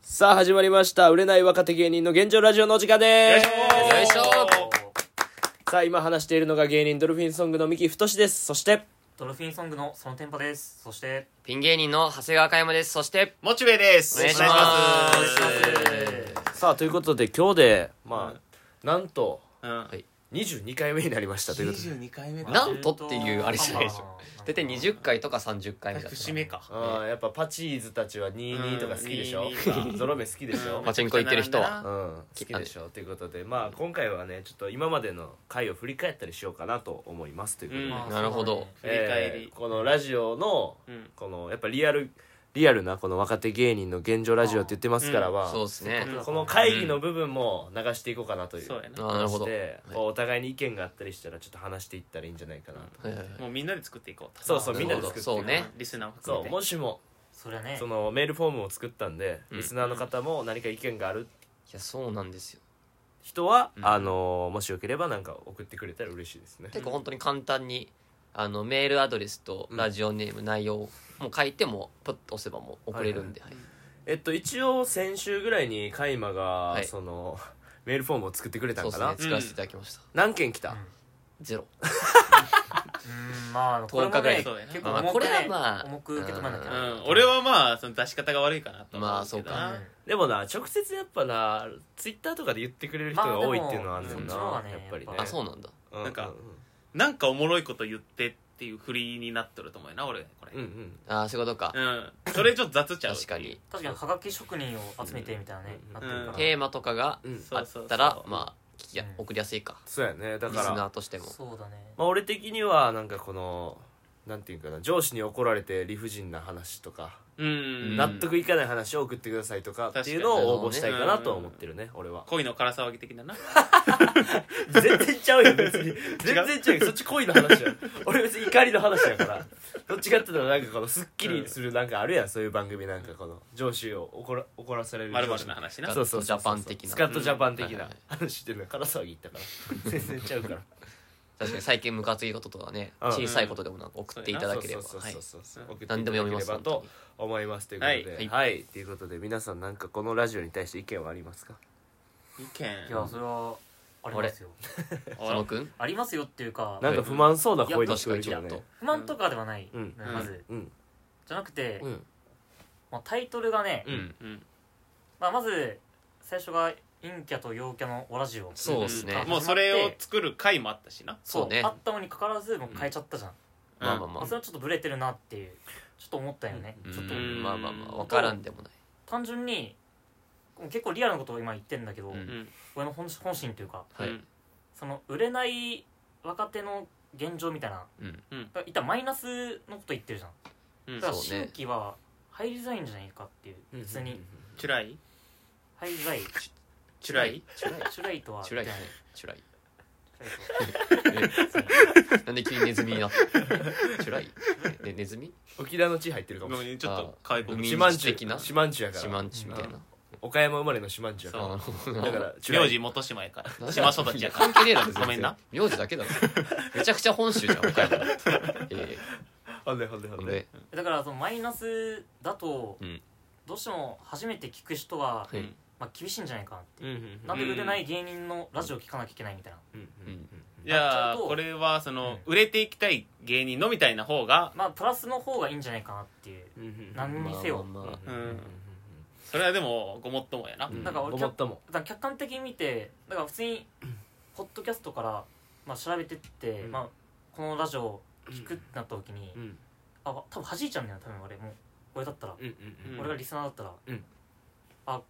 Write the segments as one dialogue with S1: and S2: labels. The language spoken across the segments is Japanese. S1: さあ始まりました売れない若手芸人の現状ラジオのお時間です
S2: よいしょ
S1: さあ今話しているのが芸人ドルフィンソングの三木太志ですそして
S3: ドルフィンソングのそのテンパですそして
S2: ピン芸人の長谷川佳山ですそして
S4: モチベです。
S2: お願いし
S4: お
S2: ます
S4: 願いし
S1: さあということで今日でまあなんと
S4: ます
S2: い
S1: 22回目になりましたということで
S4: 22回目
S2: なんとっていうあれじゃないでしょ大体20回とか30回目だった
S4: 節目か。
S1: あーやっぱパチーズたちは22とか好きでしょ
S4: うん22か
S1: ゾロ目好きでしょ
S2: パチンコ行ってる人は
S1: うん好きでしょということでまあ今回はねちょっと今までの回を振り返ったりしようかなと思いますということで、
S4: うん
S2: なるほど
S4: 振り返
S1: え
S4: り
S1: ー。このラジオの
S4: うん
S1: このやっぱリアルリアルなこの若手芸人の現状ラジオって言ってますからは、
S2: そうですね
S1: この会議の部分も流していこうかなという、
S4: そうやな。
S2: あーなるほど
S1: でこうお互いに意見があったりしたらちょっと話していったらいいんじゃないかなと、
S2: はいはい
S4: もうみんなで作っていこうと。
S1: そうそう
S2: な
S1: みん
S2: る
S1: な
S2: ほ
S1: で
S2: ど
S1: 作ってい
S2: そ
S1: こ
S2: うね
S4: リスナーを含
S1: そ
S4: め
S1: う
S4: て。
S1: もしも
S3: それね
S1: そのメールフォームを作ったんで、
S2: うん
S1: リスナーの方も何か意見がある
S2: いやそうなんですよ
S1: 人は、
S2: うん
S1: あのーもしよければなんか送ってくれたら嬉しいですね
S2: 結構本当に簡単にあのメールアドレスとラジオネーム内容をもう書いてもうポッと押せばもう送れるんではい
S1: えっと一応先週ぐらいにカイマが、
S2: い
S1: そのメールフォームを作ってくれた
S2: そ
S1: ん
S2: う
S1: か
S2: ですね
S1: な、
S2: 作らせていただきました
S1: 何件来た、
S2: ゼロ
S3: うんまあこれ
S2: 10
S3: も
S2: 日ぐら
S3: ね
S2: い
S4: そうやな
S3: 結構
S2: まあま
S3: 重
S2: あこ
S3: く
S2: れ
S3: ね
S2: はまあ
S3: 重く受け止めなき
S4: う。
S3: ゃ
S2: うん
S4: 俺はまあ、その出し方が悪いかなと思うけどな。
S2: まあそうか
S1: でもな直接やっぱなツイッターとかで言ってくれる人が多いっていうのはあるもんな、
S3: まあでも
S1: やっぱりね
S3: そっちの方がね
S2: あそうなんだ
S1: うう
S4: なんかなんかおもろいこと言ってっていう振りになっとると思うよな、俺、これ。
S1: うんうん
S2: ああ仕事か
S4: うん。それちょっと雑ちゃう。
S2: 確かに。
S3: 確かにハガキ職人を集めてみたいなね
S1: うん
S3: なってるから
S2: テーマとかが
S1: うん
S4: そう
S2: あったらまあ聞きや
S3: うん
S2: 送りやすいか
S1: そうやねだ
S2: リ
S1: か
S2: ス
S1: ら、
S2: ナー
S1: ま
S2: としても
S3: そうだね
S1: あ、俺的にはなんかこのなんていうかな上司に怒られて理不尽な話とか、
S4: うん。
S1: 納得いかない話を送ってくださいとかっていうの
S2: 確かに
S1: を応募したいかなとは思ってるね俺は
S4: 恋の空騒ぎ的なな。
S1: 全然ちゃうよ別に全然ちゃうよそっち恋の話や俺別に怒りの話やからどっちかっていうとなんかこのすっきりするなんかあるやんそういう番組なんかこの上司を怒ら怒らされる
S4: 丸
S1: 上
S4: 々
S1: 司
S4: の話な。
S1: そうそうそうそう
S2: スカッとジャパン的な
S1: スカットジャパン的
S2: うん
S1: な
S2: は
S1: い
S2: はい
S1: 話してるのから騒ぎ行ったから 全然ちゃうから
S2: 確かに最近ムカついこととかね
S1: うん
S2: 小さいことでもなんか送っていただければ
S1: そう
S2: は
S1: そう
S2: い
S1: そうそう送っていただ
S2: 何でも読み
S1: け
S2: ま
S1: れ
S2: す
S1: ば
S2: 本当
S1: と
S2: に
S1: 思いますということ
S2: は
S1: で
S2: い
S1: はいということで皆さんなんかこのラジオに対して意見はありますか
S4: 意見
S3: い。やそれはありますよ
S2: 佐野くん
S3: ありますよっていうか
S1: なんか不満そうな声
S3: い
S1: 出
S3: や
S1: してくるけど
S2: 確かにちょ
S1: ね
S2: っ
S3: 不満とかではない
S1: うん
S3: まず
S1: うん
S3: じゃなくて
S1: うん
S3: まあタイトルがね
S1: うん
S4: うん。
S3: まあまず最初が陰キャと陽キャのオラジオ
S2: そうですね
S4: んもうそれを作る回もあったしな。
S2: そうね
S3: あったのにかかわらずもう変えちゃったじゃん
S4: うん
S2: まあまあ
S3: まあ、
S2: ま
S3: それはちょっとブレてるなっていうちょっと思ったよね、
S2: あ
S3: ちょっと
S2: うんまあまあまあ
S4: うん
S2: 分からんでもない
S3: 単純にもう結構リアルなことを今言ってるんだけど、
S2: うん
S4: うん。
S3: 俺の本本心というか
S2: はい
S4: うん
S3: その売れない若手の現状みたいな
S2: うん
S3: だから一旦マイナスのこと言ってるじゃん
S4: うん
S3: だから
S2: そうね
S3: 新規は入りづらいんじゃないかっていう普通に
S4: チュライ
S3: 入りづ らい
S4: チュライ
S2: チュライ
S3: チュライとは
S2: チュライね
S3: み
S2: チュ ライ
S3: たいなチュライ
S2: なんで急にネズミに なったチュライねネズミ
S1: 沖縄の地入ってるか
S4: ご
S1: もしれ
S4: めんちょっと可愛い子
S2: あー
S1: ない
S2: 海
S1: シマンチ
S2: 的な
S1: ュシマンチュやから
S2: シマンチみたいな
S1: 岡山生まれのシマンチュや
S2: あ
S1: か
S2: ー
S1: らだからチュラ
S4: 名
S1: イ
S4: 字元島や から島育ちやから
S2: 関係ねえだろ
S4: ごめんな
S2: 全然名字だけだろめちゃくちゃ本州じゃん岡 山だってえ
S1: ほんでほんで
S2: え
S1: ほ
S2: ほ
S1: ん
S2: ん
S1: で
S2: で
S3: だからそのマイナスだと、
S2: うん
S3: どうしても初めて聞く人は、
S2: うん
S3: まあ、厳しいんじゃないかなって、
S1: うんうん
S3: なんで売れない芸人のラジオ聞かなきゃいけないみたいな、
S1: うんうんうん
S4: じゃあこれはその売れていきたい芸人のみたいな方が
S3: まあプラスの方がいいんじゃないかなっていう
S1: うんうん
S3: 何にせよ
S2: まあまあまあ
S1: うんうんうん
S4: それはでもごもっともやな
S1: うん
S3: だから俺
S1: 思ったもん
S3: だから客観的に見てだから普通にポッドキャストから、まあ、調べてって、
S1: うん
S3: まあ、このラジオを聞くってなった時に、
S1: うん
S3: あ多分弾いちゃうんだよ多分俺もう俺だったら、
S1: うんうんうん
S3: 俺がリスナーだったら、
S1: うん
S3: あ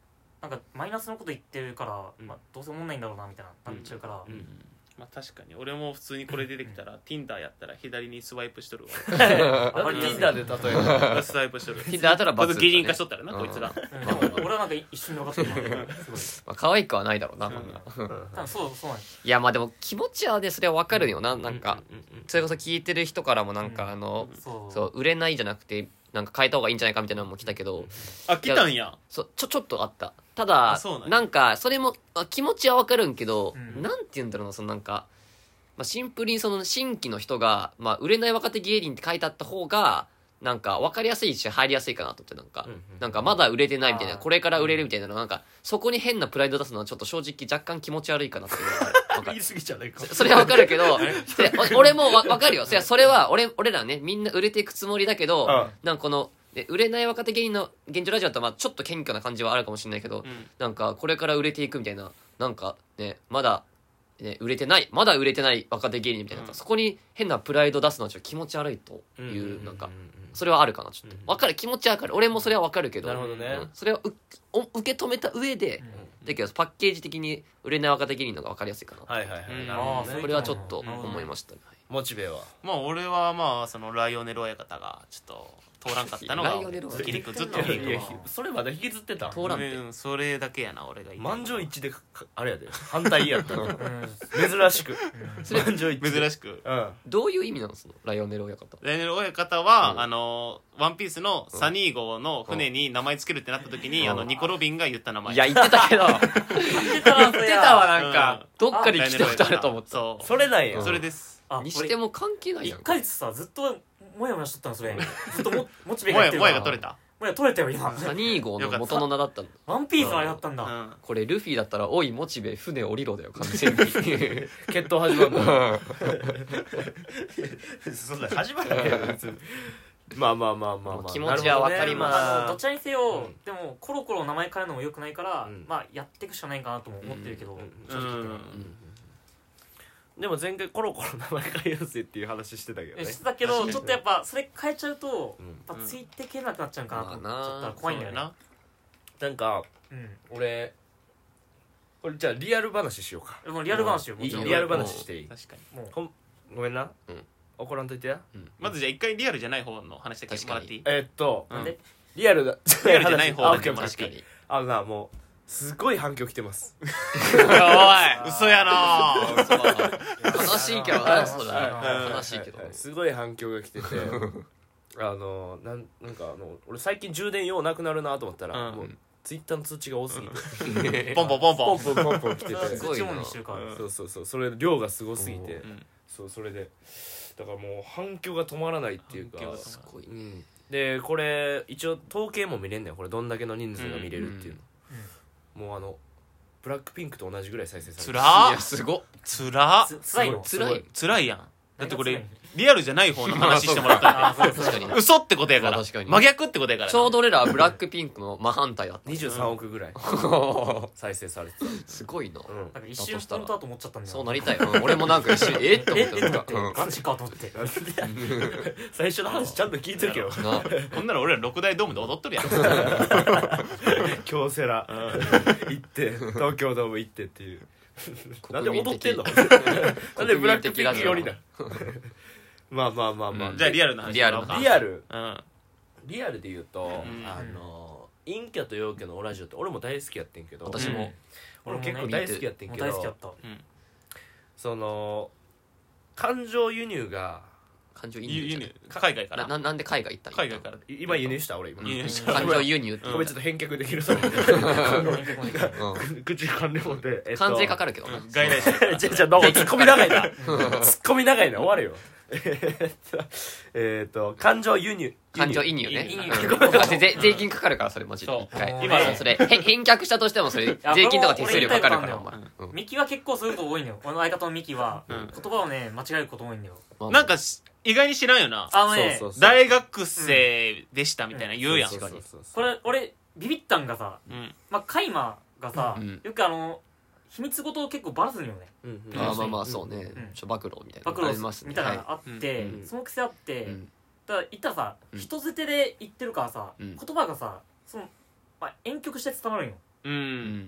S3: なんかマイナスのこと言ってるから、
S1: うん
S3: まあ、どうせ思んないんだろうなみたいななっちゃうから、
S1: うん
S4: まあ確かに俺も普通にこれ出てきたら Tinder やったら左にスワイプしとる
S1: な
S3: わ
S1: ん
S3: り
S1: で
S3: やすい
S1: Tinder で例えるの
S4: わスワイプしとる
S2: Tinder やったらバ
S4: こい
S2: ツ
S4: つ擬人化しとったらなこいつが
S3: うんでも俺はなんか一瞬で分かって るす
S2: まあ可愛くはないだろうな
S4: うん
S1: うん
S3: ごい多分そうそうなんです
S2: いやまあでも気持ちはねそれはわかるよななんか
S1: うんうんうん
S2: それこそ聞いてる人からもなんかあの
S3: そう
S2: そう売れないじゃなくてなんか変えた方がいいんじゃないかみたいなのも来たけど
S4: あ来たんや
S2: そうちょちょっとあったただ
S4: あそうなんや
S2: なんかそれもあ気持ちはわかるんけど、
S3: うん
S2: なんて言うんだろうなそのなんか、まあ、シンプルにその新規の人が、まあ、売れない若手芸人って書いてあった方がなんか分かりやすいし入りやすいかなと思ってなんか、
S1: うんうん
S2: なんかまだ売れてないみたいな
S3: あー
S2: これから売れるみたいなのなんかそこに変なプライド出すのはちょっと正直若干気持ち悪いかなっていうのはあるわか
S1: 言い
S2: る
S1: 過ぎじゃないか
S2: それは分かるけどそれお俺もわ分かるよそれはそれは俺俺らねみんな売れていくつもりだけど、
S1: う
S2: なんかこの、ね売れない若手芸人の現状ラジオだとまあちょっと謙虚な感じはあるかもしれないけど、
S4: うん
S2: なんかこれから売れていくみたいななんかねまだ、ね、売れてないまだ売れてない若手芸人みたいな、
S4: うん
S2: そこに変なプライド出すのはちょっと気持ち悪いという,、なんかそれはあるかなちょっと、
S1: うん
S2: わかる気持ちはわかる俺もそれはわかるけど
S1: なるほどね
S2: うんそれはうお受け止めた上で、だけどパッケージ的に売れない若手芸人の方がわかりやすいかな、
S1: はいはいはい、
S4: うん
S1: なるほ
S3: あー
S1: ど
S3: そう
S1: ね
S3: いう
S2: これはちょっと思いましたね、
S1: モチベは
S4: まあ俺はまあそのライオネル親方がちょっと通らんかったのが
S2: ライオネル親方
S4: 好きでずっと
S3: いや
S4: 見
S3: いや
S4: る
S3: いや
S4: わ
S1: それまだ引きずってた
S2: 通らんって
S4: うんそれだけやな俺が言いたい
S1: 満場一致でかかあれやで反対やったの
S3: うん
S1: 珍しく満場一致
S4: 珍
S1: し
S4: しく
S1: うん
S2: どういう意味なんですのライオネル親方
S4: ライオネル親方は、
S2: うん
S4: あのワンピースのサニー号の船に名前つけるってなった時に、
S2: うん
S4: あのニコロビンが言った名前
S2: いや言ってたけど
S3: 言ってたわそりゃ
S2: 言ってたわなん
S4: う
S2: か
S4: ん
S2: どっかで聞いたことあると思った
S4: そう
S1: それなんや、
S2: うん
S4: それです
S3: あ
S2: にしても関係ない
S3: 俺
S2: や
S3: 一
S2: ん
S3: ヶ月さずっともやもやしとったのそれずっともモチベが
S4: も
S3: 言
S4: や
S3: って
S4: もやが取れ
S3: た
S4: た、
S3: もや取れたよ今
S2: サニー号の元の名だったの
S3: ワンピースのあれだったん
S4: う
S3: だ
S4: ん、
S2: これルフィだったら「おいモチベ船降りろ」だよ完全に
S1: 決闘始まるの そんな始まるけど別にまあまあまあまあ、まあ、
S2: 気持ちはわかります
S3: あのどちらにせよ、
S1: うん
S3: でもコロコロ名前変えるのも良くないから、
S1: うん
S3: まあやっていくしかないかなとも思ってるけど、
S1: うん
S3: 正直言ってね
S1: でも前回コロコロ名前変えようぜっていう話してたけど
S3: え
S1: ね
S3: してたけどちょっとやっぱそれ変えちゃうと、
S1: うん
S3: やっぱついていけなくなっちゃうかなと思っち
S2: まあな
S3: ゃったら怖いんだよ
S4: そう
S3: ね
S4: やな
S1: なんか
S3: うん
S1: 俺これじゃあリアル話しようか
S3: でもリアル話よ
S1: い
S3: も
S1: い
S3: ちろん
S1: リアル話していい
S4: 確かに
S3: もう
S1: ほんごめんな、
S2: うん
S1: 怒らんといてや
S4: まずじゃあ一回リアルじゃない方の話だけ
S2: 確
S4: も
S2: からに
S4: っていい
S1: えーっと
S4: うん
S3: で
S1: リアルだ
S4: リアルじゃない 方
S1: あ
S4: だ
S1: OK
S4: け
S1: OK
S4: 確かに
S1: あのなもうすごい反響来てます
S4: おい嘘やな
S2: 悲しいけどなそうだ
S1: はいはい
S2: な
S1: はい
S2: 悲しいけど
S1: すごい反響が来 ててあのなんなんかあの俺最近充電用なくなるなと思ったら、
S4: うん
S1: もうツイッターの通知が多すぎて、
S4: ポンポンポンポ
S1: ポン
S4: ン
S1: ポンポンポン来てて
S3: す
S2: すごい
S3: ごいにしてるから、
S4: うん
S1: そうそうそうそれ量がすごすぎて、
S4: うん
S1: そうそれでだからもう反響が止まらないっていうか
S4: 反響が止
S2: すごい
S1: うんでこれ一応統計も見れんねんこれどんだけの人数が見れるっていうの、もうあのブラックピンクと同じぐらい再生されて
S4: つ
S1: る
S2: い
S4: ら
S2: やすごっ
S4: つら
S3: つ辛いの
S1: す
S2: 辛
S1: ご
S2: い
S4: つらいやんだってこ
S3: 何
S4: れ
S3: が辛
S4: リアルじゃない方の話してもらったん
S3: あそうそう
S2: 確かに
S4: で 嘘ってことやから
S2: まあ確かに
S4: 真逆ってことやから
S2: ちょうど俺らはブラックピンクの真反対だっ
S1: 23億ぐらい
S2: た
S1: 再生されてた、
S2: すごいな
S1: うん
S3: なんか一瞬ポイントだと思っちゃったんだよ
S2: そうなりたいうん俺もなんか一瞬えっと
S3: え
S2: 思
S3: っ
S2: っ
S3: えって思ったて
S2: なんか
S3: ガチかと思って
S1: 最初の話ちゃんと聞いとけよ
S2: うんな
S4: こんなの俺ら六大ドームで踊っとるや ん
S1: 京セラ 行って東京ドーム行ってっていうなんで踊ってん のなんでブラックピンク寄りだまあまあまあまあ、
S2: うん
S4: じゃあリアルな話
S2: リアルな
S4: か
S1: リアル
S4: うん
S1: リアルで言うと、
S4: ん
S1: あの陰キャと陽キャのオラジオって俺も大好きやってんけど
S2: 私
S4: うん
S2: も
S1: 俺も結構大好きやってん
S3: もう
S1: け
S3: 大好きだ
S1: ど
S3: った
S4: うん
S1: その感情輸入が
S2: 感情移
S4: 輸輸
S2: 入
S4: 入海外か
S2: な
S4: ら
S2: ななんで海外行った
S4: 海外から
S1: い今輸入した俺今、
S4: 輸入した
S2: 感情輸入って
S1: ごめんちょっと返却できるそれ 口完了で、えっと
S2: 関税かかるけど
S4: う
S2: なん
S4: 外来種
S1: じゃじゃなんかツッコミ長い なツッコミ長いな終わるよ えーっと感情輸入
S2: 感情移入ね
S3: 移入
S2: うん税税金かかるからそれマジで
S4: そう
S2: 一回
S3: 今の
S2: うんそれへ返却したとしてもそれ税金とか手数料かかるからお
S3: 俺
S2: 前
S4: 言い
S2: うん
S3: ミキは結構そういうこと多いのよ俺の相方のミキは
S4: うん
S3: 言葉をね間違えること多いんだよ
S2: まあ
S4: なんかし意外に知らんよな
S3: あのね
S1: そうそう
S4: 大学生でしたみたいな言うやん
S1: そうそうそう
S3: これ俺ビビったんがさ
S4: うん
S3: まあカイマがさ
S2: うん
S3: よくあの秘密事を結構バラすのよね
S1: うんうん
S2: まあまあまあそうね
S3: うん
S2: ちょ暴露みたいな
S3: 暴
S2: のあ
S3: 露
S2: りますね
S3: みたいなの
S2: は
S3: があっ
S1: は
S3: て
S1: いうん
S3: その癖あっ
S2: い
S3: て
S2: うん
S3: ただ言ったらさ
S2: うん
S3: 人捨てで言ってるからさ
S2: う
S3: 言
S2: ん
S3: 葉がさそのまあ婉曲して伝わるんよ
S4: う
S2: うん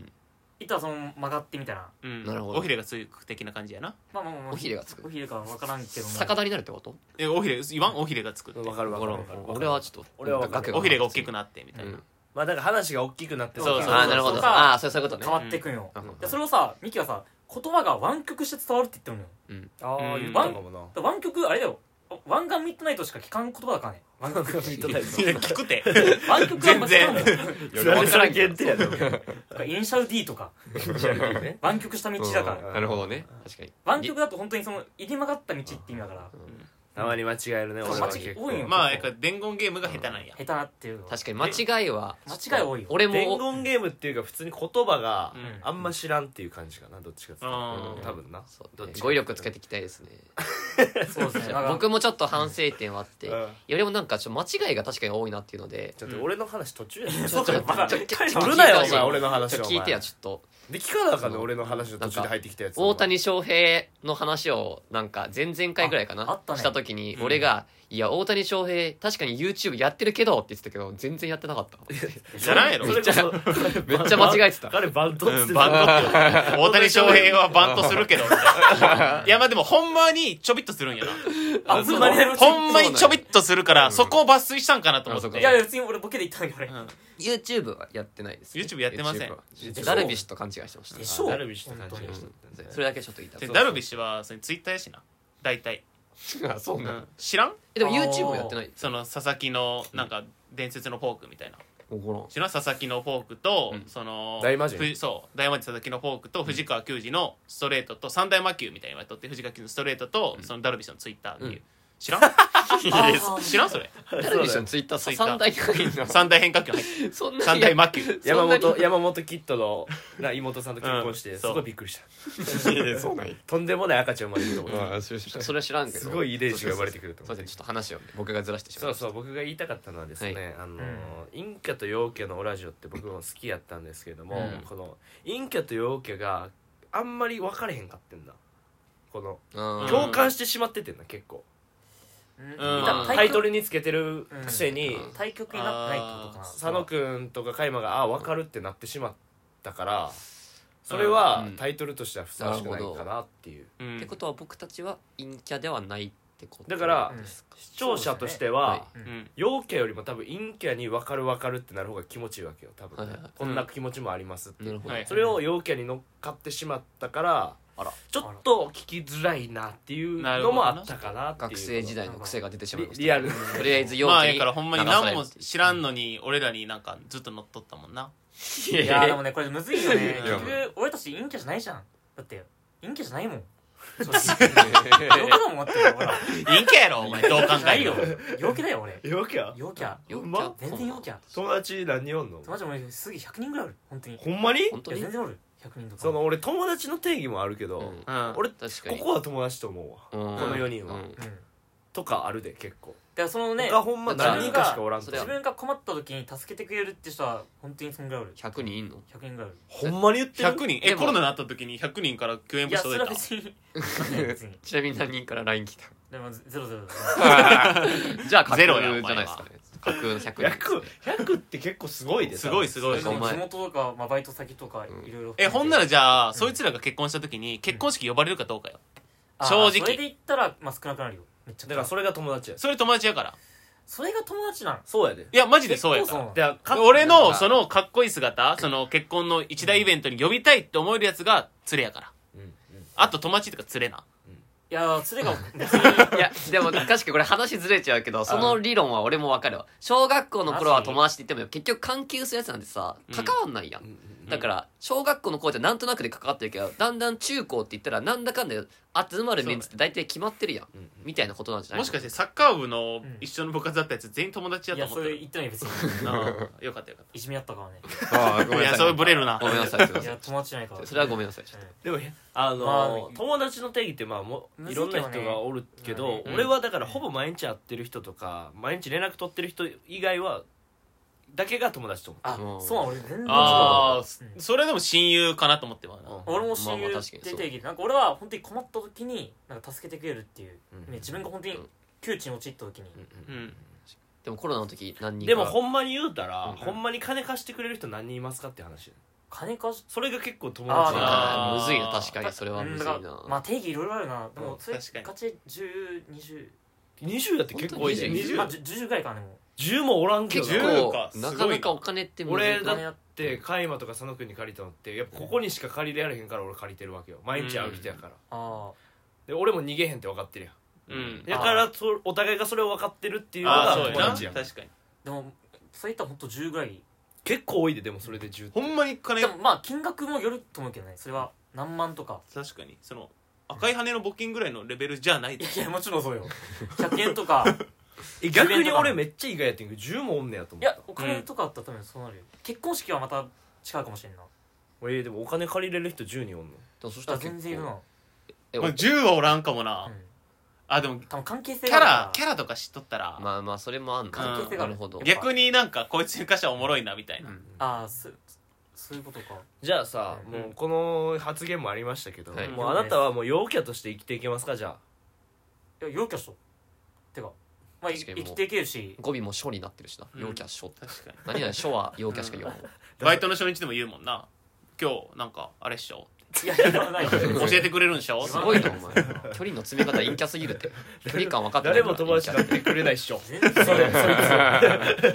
S2: ん
S3: 言ったらその曲がってみたいな
S4: うん
S2: なるほど
S4: おひれがつく的な感じやな
S3: まあまあまあまあ
S2: おひれがつく
S3: おひれかわからんけども
S2: 逆立りになるってこと
S4: えおひれ言わんおひれがつくって
S1: わかるわかるわかる
S2: 俺はちょっと
S1: 俺はわかる
S4: おひれが大きくなってみた
S2: う
S4: いなん
S1: まあだから話が大きくなって
S4: そうそう
S2: ああなるほ
S3: そ
S2: ど
S3: うか
S2: ああそうそういうことね
S3: 変わってくんよ
S2: うん
S3: でそれをさミキはさ言葉が湾曲して伝わるって言ってるのよ
S1: ああ
S4: うん
S1: 言ったかもな
S3: だから湾曲あれだよ湾岸ミッドナイトしか聞かん言葉だからね湾曲
S1: ミッドナイト
S4: いや 聞くて
S3: 湾曲は間違うんだよ
S2: いやわからんけど
S1: 定やで
S3: だからイニシャル D とか 湾曲した道だか
S2: う
S3: ら
S2: んなるほどね確かに
S3: 湾曲だと本当にその入り曲がった道って意味だから
S2: うん
S1: たまに間違えるね
S3: そう
S1: 俺は結構
S3: 間違え多いよ
S4: まあやっぱ伝言ゲームが下手なんや
S3: 下手なっていうの
S2: 確かに間違いは
S3: 間違い多いよ
S2: 俺
S1: 伝
S2: も
S1: 言ゲームっていうか普通に言葉が
S4: うん
S1: あんま知らんっていう感じかなどっちかっていう
S4: あ
S1: と
S4: ー
S1: 多分な
S2: そう
S1: どっちか
S2: 語彙力つけていきたいですね
S3: そうですねだから
S2: 僕もちょっと反省点はあって、
S1: うん
S2: よりもなんかちょっと間違いが確かに多いなっていうので、
S1: ちょっと俺の話途中や ん
S2: ちょっと、ちょっと、ちょっと 聞いて
S1: 取るなよ
S2: ほしい
S1: お前俺の話を
S2: ちょっと聞いてや、ちょっと。
S1: で聞かなあかんね
S2: そう
S1: 俺の話の途中で入ってきたやつ
S2: 大谷翔平の話を、なんか、前々回ぐらいかな
S3: ああったね
S2: した時に
S4: う、ん
S2: 俺が、いや、大谷翔平、確かに YouTube やってるけどって言ってたけど、全然やってなかった。
S4: じゃないやろ
S1: それこそ
S2: めっちゃ間違えてた。
S1: 彼バントっつっ
S4: う
S1: て
S4: んバント
S1: た
S4: ってこと大谷翔平はバントするけどみたいな いやまあでもほんまにちょびっとするんやな
S3: あ
S2: そ
S3: ほ
S2: う
S3: んまにやる
S4: ほんまにちょびっとするからそこを抜粋したんかなと思っ
S2: うん
S4: て
S3: いやいや普通に俺ボケで言ったんだけど俺
S2: YouTube はやってないです、
S4: YouTube やってません
S2: YouTube は
S1: でしょ
S2: ダルビッシュと勘違いしてました
S3: で。し
S1: あ
S3: ょ
S1: ダルビッシュって感じがした
S2: うんそれだけちょっと言いた
S4: で
S2: い。
S4: ダルビッシュはそれツイッターやしな大体、
S2: あそう
S4: う
S2: なん
S4: ん、知らん
S2: えでも YouTube もやってない。
S4: その佐々木のなんか伝説のフォークみたいな
S2: おごらん。
S4: 知らん佐々木のフォークと、
S2: うん
S4: その
S1: 大魔神
S4: ふそう大魔神佐々木のフォークと藤川球児のストレートと三大魔球みたいなのやっとって藤川球児のストレートと、そのダルビッシュのツイッターっていう、
S2: うん
S4: 知らん
S3: いです
S4: 知らんそれ
S2: ダルビッシュのツイッター
S4: そうだ
S2: 三大会員なの
S4: 三大変化球入って
S2: そんなに
S4: 三大魔球
S1: 山
S2: そんな
S1: 本
S2: に
S1: 山本キッドのな妹さんと結婚して、
S4: うん
S1: す
S4: そう
S1: ごいびっくりした
S2: そうなんや
S1: とんでもない赤ちゃん生まれると思って
S2: それは知らんけど
S1: すごい遺伝子が生まれてくると
S2: すい
S1: 思っ
S2: ません
S1: て
S2: ちょっと話をね僕がずらしてしま
S1: そ
S2: いうました
S1: そう僕が言いたかったのはですね、
S2: はい
S1: あのーインキャと陽キャのオラジオって僕も好きやったんですけども、
S2: うん
S1: このインキャと陽キャがあんまり分かれへんかってんだこの
S2: うん
S1: 共感してしまっててんだ結構、
S3: うん
S4: うん
S3: だから
S1: タイトルにつけてるくせに、
S2: うん
S3: 対局になってないってことかな
S1: 佐野くんとか加山がああ分かるってなってしまったからそれは
S2: うん
S1: タイトルとしてはふさわしくないかなっていう、
S4: うん
S2: ってことは僕たちは陰キャではないってこと
S1: だから
S2: ですか
S1: 視聴者として
S2: は
S1: はい
S4: うん
S1: 陽キャよりも多分陰キャに分かる分かるってなる方が気持ちいいわけよ多分ね、
S2: はいはい
S1: こんな気持ちもありますって、
S2: なるほど
S4: はい
S1: それを陽キャに乗っかってしまったから
S2: あら
S1: ちょっと聞きづらいなっていうのもあったかなっていう
S2: 学生時代の癖が出てしまいました
S1: リリアル
S2: とりあえず陽
S4: まあ
S2: キャ
S4: や
S2: に
S4: からほんまに何も知らんのに俺らになんかずっと乗っとったもんない
S3: やーでもねこれむずいよね
S4: いや
S3: 結局俺たち陰キャじゃないじゃんだって陰キャじゃないもんそう
S2: え
S3: 陽キャだもんだって俺ら
S4: 陰キャやろお前どう考
S3: じゃな
S4: え
S3: い
S4: て
S3: よ
S4: も
S3: 陽キャだよ俺
S1: 陽キャ
S3: 陽キャ
S2: 陽キ
S1: ま
S2: ャ
S1: あ
S3: 全然陽キャ
S1: 友達何人おんの
S3: 友達もすぐ100人ぐらいおる本当にい
S1: ほんまに
S2: 本当
S3: や
S2: に
S3: 全然おる100人とか
S1: その俺友達の定義もあるけど、
S2: うん
S4: うん
S1: 俺
S2: 確か
S1: こ
S2: に
S1: こは友達と思うわ
S2: うん
S1: この四人は
S2: うん
S3: うんだか
S1: とかあるで結構、
S3: らそのね
S1: 他ほんま何人かしかおらんと
S2: それ
S1: か
S2: は
S3: 自分が困った時に助けてくれるって人は本当にそんぐらいおる
S2: 100人いんの
S3: 100人ぐらいおる
S1: ほんまに言ってる
S4: 100人
S2: で
S4: え
S2: も
S4: コロナになった時に100人から救援
S3: い
S4: 物
S3: やそ
S4: 届
S3: れ
S4: いた
S3: は別に別 に
S2: ちなみに何人から LINE 来た
S3: でもゼロゼロだ
S2: じゃあ架空
S4: ゼ
S2: じ
S4: ロやお前
S2: ゃ
S4: は
S2: ないですかね架空の100人
S1: 100 100って結構すごいです
S4: ごいすごい
S2: お前
S3: 地元とか、まあ、バイト先とか
S2: うん
S3: いろいろ
S4: えほんならじゃあそいつらが結婚した時に結婚式呼ばれるかどうかよ
S3: あー
S4: 正直
S3: それで言ったら、まあ、少なくなるよめっちゃ
S1: だからそれが友達や
S4: それ友達やから
S3: それが友達なん
S1: そうやで
S4: いやマジでそうや
S3: 結構
S4: か
S1: だから
S4: ら
S1: か
S4: 俺
S1: なん
S4: の
S1: か
S4: そのかっこいい姿その結婚の一大イベントに呼びたいって思えるやつが連れやから
S1: うんうん
S4: あと友達とか連れない
S3: やーそれが別
S2: いやでも確かにこれ話ずれちゃうけどその理論は俺も分かるわ小学校の頃は友達って言っても結局関係するやつなんてさ関わんないやん、
S1: うん
S2: だから小学校の頃ってなんとなくで関わってるけどだんだん中高って言ったらなんだかんだ集まるメンツって大体決まってるやん、
S1: うんうん
S2: みたいなことなんじゃない
S4: もしかしてサッカー部の
S3: うん
S4: 一緒の部活だったやつ全員友達や
S3: に
S4: と
S3: い
S4: 思
S3: やそ
S4: って
S3: れ
S4: る
S3: 言ってないよ別に
S4: うんよかったよかっ
S3: いじめやったからね
S2: ああ
S4: たいやそれブレるな
S2: ごめんなさいすいま
S3: い
S2: せ
S3: や
S2: ん
S3: 友達じゃないから
S2: それはごめんなさいちょっ
S3: う
S1: でもあの、
S3: まあ
S1: 友達の定義ってまあもう
S3: む
S1: い
S3: ず
S1: ろ
S3: い
S1: ん
S3: けどね
S1: な人がおるけど、
S4: うん
S1: 俺はだからほぼ毎日会ってる人とか毎日連絡取ってる人以外はだけが友達と思
S3: あ
S2: うん
S3: そうなん俺全然違う
S4: たあ
S3: わ
S4: あーそれでも親友かなと思ってまうな
S1: う、
S3: 俺も親
S2: まあ
S3: 友
S2: ま
S3: っ
S2: あ確か
S3: て
S2: にそう
S3: 定義でなんか俺は本当に困った時になんか助けてくれるっていう
S1: うん
S3: ね自分が本当に窮地に陥った時に
S1: うう
S4: う
S1: ん
S4: ん
S2: でもコロナの時何人か
S1: でもほんまに言うたら、
S4: うん
S1: ほんまに金貸してくれる人何人いますかって話
S3: 金貸し
S1: それが結構友達
S4: あ
S1: だ
S2: あーむずいな確かにそれは
S3: う
S2: む
S3: ん
S2: ず
S3: だ
S2: いな、
S3: からまあ定義いろいろあるなで
S4: う
S3: も
S4: ん
S3: それ
S4: 確かに
S3: ガチ1020
S1: 20だって結構多いで
S2: 本当に20
S1: 20,
S3: まあ10ぐらいかなでも
S1: 10もおらんけど
S2: 結
S1: な
S2: 構
S4: かすごいな
S2: なかなかお金ってむずい
S1: 俺
S2: な
S1: だって加山とか佐野君に借りたのってやっぱここにしか借りられへんから俺借りてるわけよ毎日会う人やから、
S3: あ
S1: で俺も逃げへんって分かってるやん
S4: うん
S1: だからそお互いがそれを分かってるっていうの
S4: あ
S1: が
S4: あそう
S1: 友
S4: やな
S1: 達やん
S4: 確かに
S3: ーでもそういったら本当10ぐらい
S1: 結構多いででもそれで10
S4: ほんまに金
S3: でもまあ金額もよると思うけどねそれは何万とか
S4: 確かにその赤い羽の募金ぐらいのレベルじゃない
S3: いやもちろんそうよ100円と か
S1: え逆に俺めっちゃ意外やってんけど10もおんねやと思
S3: い
S1: った
S3: やお金とかあったら多分そうなるよ、結婚式はまた違うかもしれんな
S1: えでもお金借りれる人10人おんの
S2: もそした
S3: あ
S2: ら結
S3: 全然いる
S2: 構
S3: な、
S2: え
S4: まあ、10はおらんかもな、
S3: うん、
S4: あでも
S3: 多分関係性
S4: キ
S3: が
S4: ャ
S3: ある
S4: ラキ
S3: か
S4: ャラとか知っとったら、
S2: まあまあそれもあんの
S3: 関係性が
S2: な
S3: ある
S2: るほど
S3: いや
S4: 逆になんかこいつに関してはおもろいなみたいな、
S2: うん
S3: らああそそういうことか
S1: じゃあさ、
S4: うん
S1: もうこの発言もありましたけど、
S2: はい
S1: もうあなたはもう陽キャとして生きていけますかじゃ
S3: いや陽キャっしょてかまあい
S2: 確か
S3: 生
S2: にもう
S3: きていける し
S2: 語尾も「書」になってるしな
S4: う
S2: 「
S4: ん
S2: 陽キャ書」って
S4: 確かに
S2: 何々「書」は陽キャしか言わない
S4: バイトの初日でも言うもんな今日なんかあれっしょ
S3: いや言わないよ
S4: 教えてくれるんでしょ
S3: うん
S2: すごいなお前距離の詰め方陰キャすぎるって距離感分か
S1: あ
S2: ってな
S1: 誰
S2: いから
S1: も友達になってくれないっし ょ
S3: 全然そ れそいつ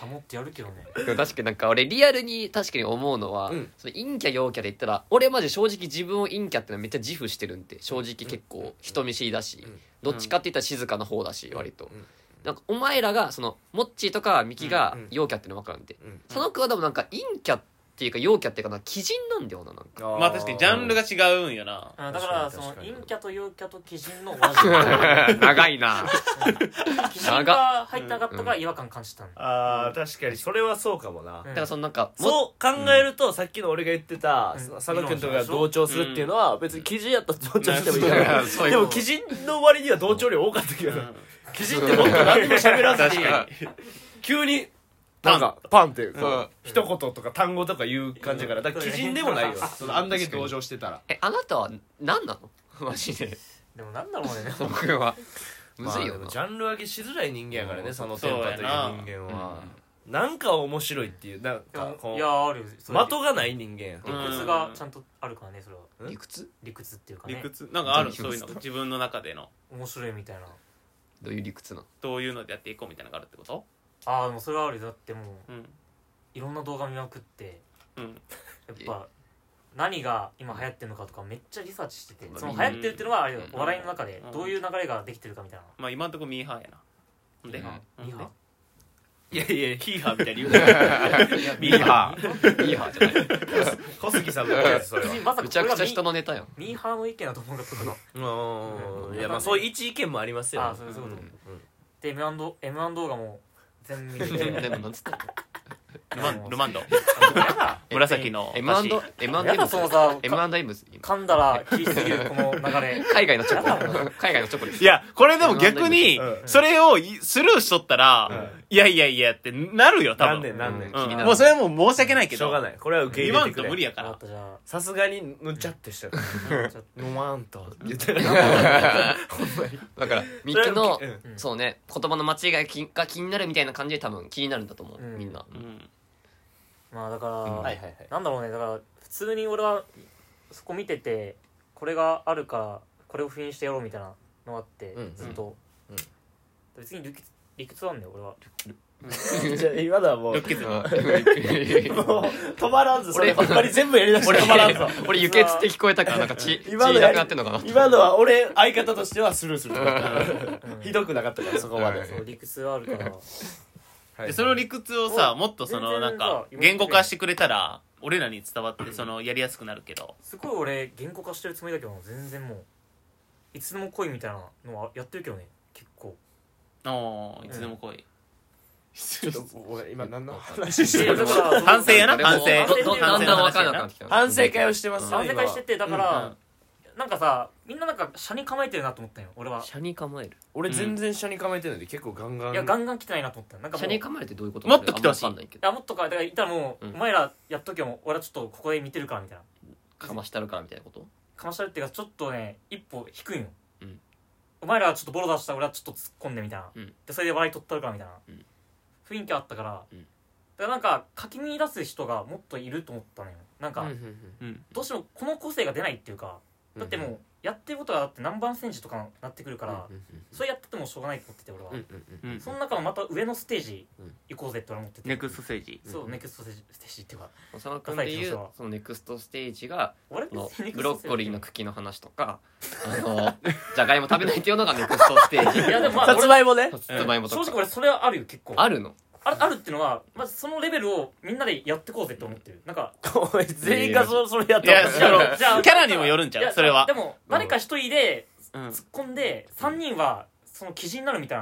S3: 保ってやるけどね
S2: でも確かになんか俺リアルに確かに思うのは、
S1: うん
S2: その陰キャ陽キャで言ったら俺マジ正直自分を陰キャってのはめっちゃ自負してるんで正直結構人見知りだし、
S1: うん
S2: どっちかって言ったら静かな方だし割と、
S1: うん
S2: なんかお前らがそのモッチーとかミキが
S1: うん
S2: 陽キャっての分かるんで、
S1: うん
S2: その子はでもなんか陰キャっていうか陽キャっていうかなんか鬼人なんだよななんか
S4: まあ確かにジャンルが違うんよな
S3: あだから
S1: 確
S3: そ
S1: かに確かに
S3: の陰キャと陽キャと鬼人の同じ
S2: 長いな
S3: 鬼人が入ってなかったから違和感感じたの、
S1: あー確かにそれはそうかもな、
S3: うん
S2: だからそのなんかも
S1: そう考えると、さっきの俺が言ってた、
S3: うん
S1: 佐野君とかが同調するっていうのは、別に基人やったら同調してもいい
S4: うん
S1: から、
S4: そういう
S1: で
S4: こ
S1: も
S4: と
S1: 基人の割には同調量多かったけど、
S4: うん
S1: 基人ってもっと何にも喋らずに
S4: 確かに
S1: 急に
S4: パン
S1: なんかパンってこう、
S4: うん
S1: 一言とか単語とか言う感じだからだから基人でもないよそのあんだけ同情してたら
S2: えあなたは何 なのマジで
S3: でもなんだろうね
S2: 僕はむずい
S1: まあで
S2: よな、
S1: もジャンル分けしづらい人間やからね、
S2: うん
S1: そのテンパという人間は、なんか面白いっていうなん
S3: でも
S1: かこ
S3: いうやーあるよ
S1: 的
S3: それ
S1: がない人間や
S3: 理
S4: うん
S3: 屈がちゃんとあるからねそれは
S1: うん
S2: 理屈
S3: 理屈っていうか
S4: 理
S3: ね
S4: 屈なんかあるのそういうの自分の中での
S3: 面白いみたいな
S2: どういう理屈なの
S4: どういうのでやっていこうみたいなのがあるってこと
S3: ああでもそれはあるよだってもう
S4: うん
S3: いろんな動画見まくって
S4: うん
S3: やっぱ何が今流行ってるのかとかめっちゃリサーチしてて
S2: うん
S3: その流行ってるっていうのはあれよ
S2: うん
S3: お笑いの中で
S4: うん
S3: どういう流れができてるかみたいな
S4: まあ今んとこミーハーやなほんで
S2: ミーハ
S4: うん
S3: リハ
S4: いやいやヒーハーみたいに言う なミーハー
S2: いいはじゃない
S1: 小杉さんのやつそれは
S3: 別にま さか
S2: む
S3: こ
S2: ちゃ
S3: れ
S2: く
S3: が
S2: ちゃ人
S3: ミ
S2: のネタやん
S3: ミーハーの意見だと思うかったから
S1: う
S3: うんん
S1: いやまあそういう一意見もありますよ
S3: あそういうこと
S1: ん
S3: で M&M 動画も全部見て
S2: でもなんつった
S4: ルマンルマンド
S3: やだ
S4: 紫のパシ
S2: M&M
S3: やだそのさ
S2: M&M
S3: 噛んだら気すぎるこの流れ
S2: 海外のチョコ海外のチョコです
S4: いやこれでも逆に
S1: うん
S4: それをいスルーしとったら
S1: う
S4: いやいやいやってなるよ多
S1: 何
S4: 分
S1: 年何年
S2: うん
S4: うん
S2: 気になる
S4: もうそれはもう申し訳ないけど
S1: しょうがないこれは受け
S4: 言
S1: 入
S4: わ
S1: れてく
S4: んと無理
S1: れ
S4: やか
S3: わからったじゃ
S1: さすがにぬちゃってしたから
S3: あちょっ
S1: 飲まんと言って
S2: だからミッキーの
S1: それは
S3: うん
S2: そうね言葉の間違いが気が気になるみたいな感じで多分気になるんだと思う
S3: うん
S2: みんな
S4: うん
S3: とまあだから、
S2: うんはい
S1: はい
S3: なんだろうねだから普通に俺はそこ見ててこれがあるからこれを封印してやろうみたいなのがあって、
S1: うん
S3: ずっと、
S1: うん
S3: 別に理屈理屈なんだよ俺は
S1: はいじゃあ今のはもう
S4: ルッケズの
S1: もう止まらんぞそれ
S2: 俺
S1: ほんまに全部やりだして
S2: 俺
S1: 止まらんぞ
S2: 俺輸血って聞こえたからなんか血血い
S1: 今のやり
S2: なくなってんのかな
S1: 今のは俺相方としてはスルーするひどくなかったからそこまで
S2: うん
S3: そう理屈があるから
S1: はい
S4: でその理屈をさもっとそ
S3: 全
S4: の
S3: 然
S4: なんか
S3: さ
S4: 言語化してくれたら俺らに伝わってそのやりやすくなるけど
S3: すごい俺言語化してるつもりだけど全然もういつでも来いみたいなのはやってるけどね結構
S4: おーいつでも来い
S1: ちょっと俺今何の話
S4: い やだから反省やな
S2: でも
S4: 反省
S2: どどだんだん分からなくなってきた
S1: 反省会をしてます
S3: 反省会しててだか
S4: うん
S3: ら、なんかさみんななんか車に構えてるなと思ったんよ俺は
S2: 車に構える
S1: 俺全然車に構えてないんで結構ガンガン
S3: いやガンガン来てないなと思ったなんかも
S2: 車
S3: う
S2: に構えるってどういうこと
S4: もっと来てほしい
S2: あんま分かんないけど
S3: あもっとかだからいたらもう、
S2: うん
S3: お前らやっとけも俺はちょっとここで見てるからみたいな
S2: かましてあるからみたいなこと
S3: かましたるっていうかちょっとね一歩低いんよ、
S2: うん
S3: お前らはちょっとボロ出したら俺はちょっと突っ込んでみたいな、
S2: うん
S3: でそれで笑い取ったるからみたいな、
S2: うん
S3: 雰囲気あったから、
S2: うん
S3: だからなんかかき乱す人がもっといると思ったのよなんか、
S4: うん
S3: どうしてもこの個性が出ないっていうかだってもうやってることがだって何番選手とかになってくるから、それやっててもしょうがないと思ってて俺は、
S4: うん
S3: その中のまた上のステージ
S1: うん
S3: 行こうぜって俺は思ってて、
S4: ネクストステージ
S3: そう
S1: うん
S3: ネクストステージステージっていうか
S2: 佐野君でいうそのネクストステージが
S3: 俺
S2: あの
S3: 別に ネク
S2: ブ
S3: ス
S2: ロ
S3: トステージ
S2: ッコリーの茎の話とかあの じゃがいも食べないっていうのがネクストステージ
S3: いやでもまあ
S1: さつまいもね
S2: さつまいもと
S3: 正直
S2: か
S3: 俺それはあるよ結構
S2: あるの
S3: あるあるっていうのは、まずそのレベルをみんなでやってこうぜって思ってるなんか
S1: お前全員がそそれやっ
S4: いや
S1: た
S4: そ
S1: の
S3: じゃ
S4: の
S3: あじゃあ
S4: キャラにもよるんち
S3: い
S4: ゃ
S3: や
S4: うそれは
S3: でも誰か一人で
S4: うん
S3: 突っ込んで3人はその記事になるみたい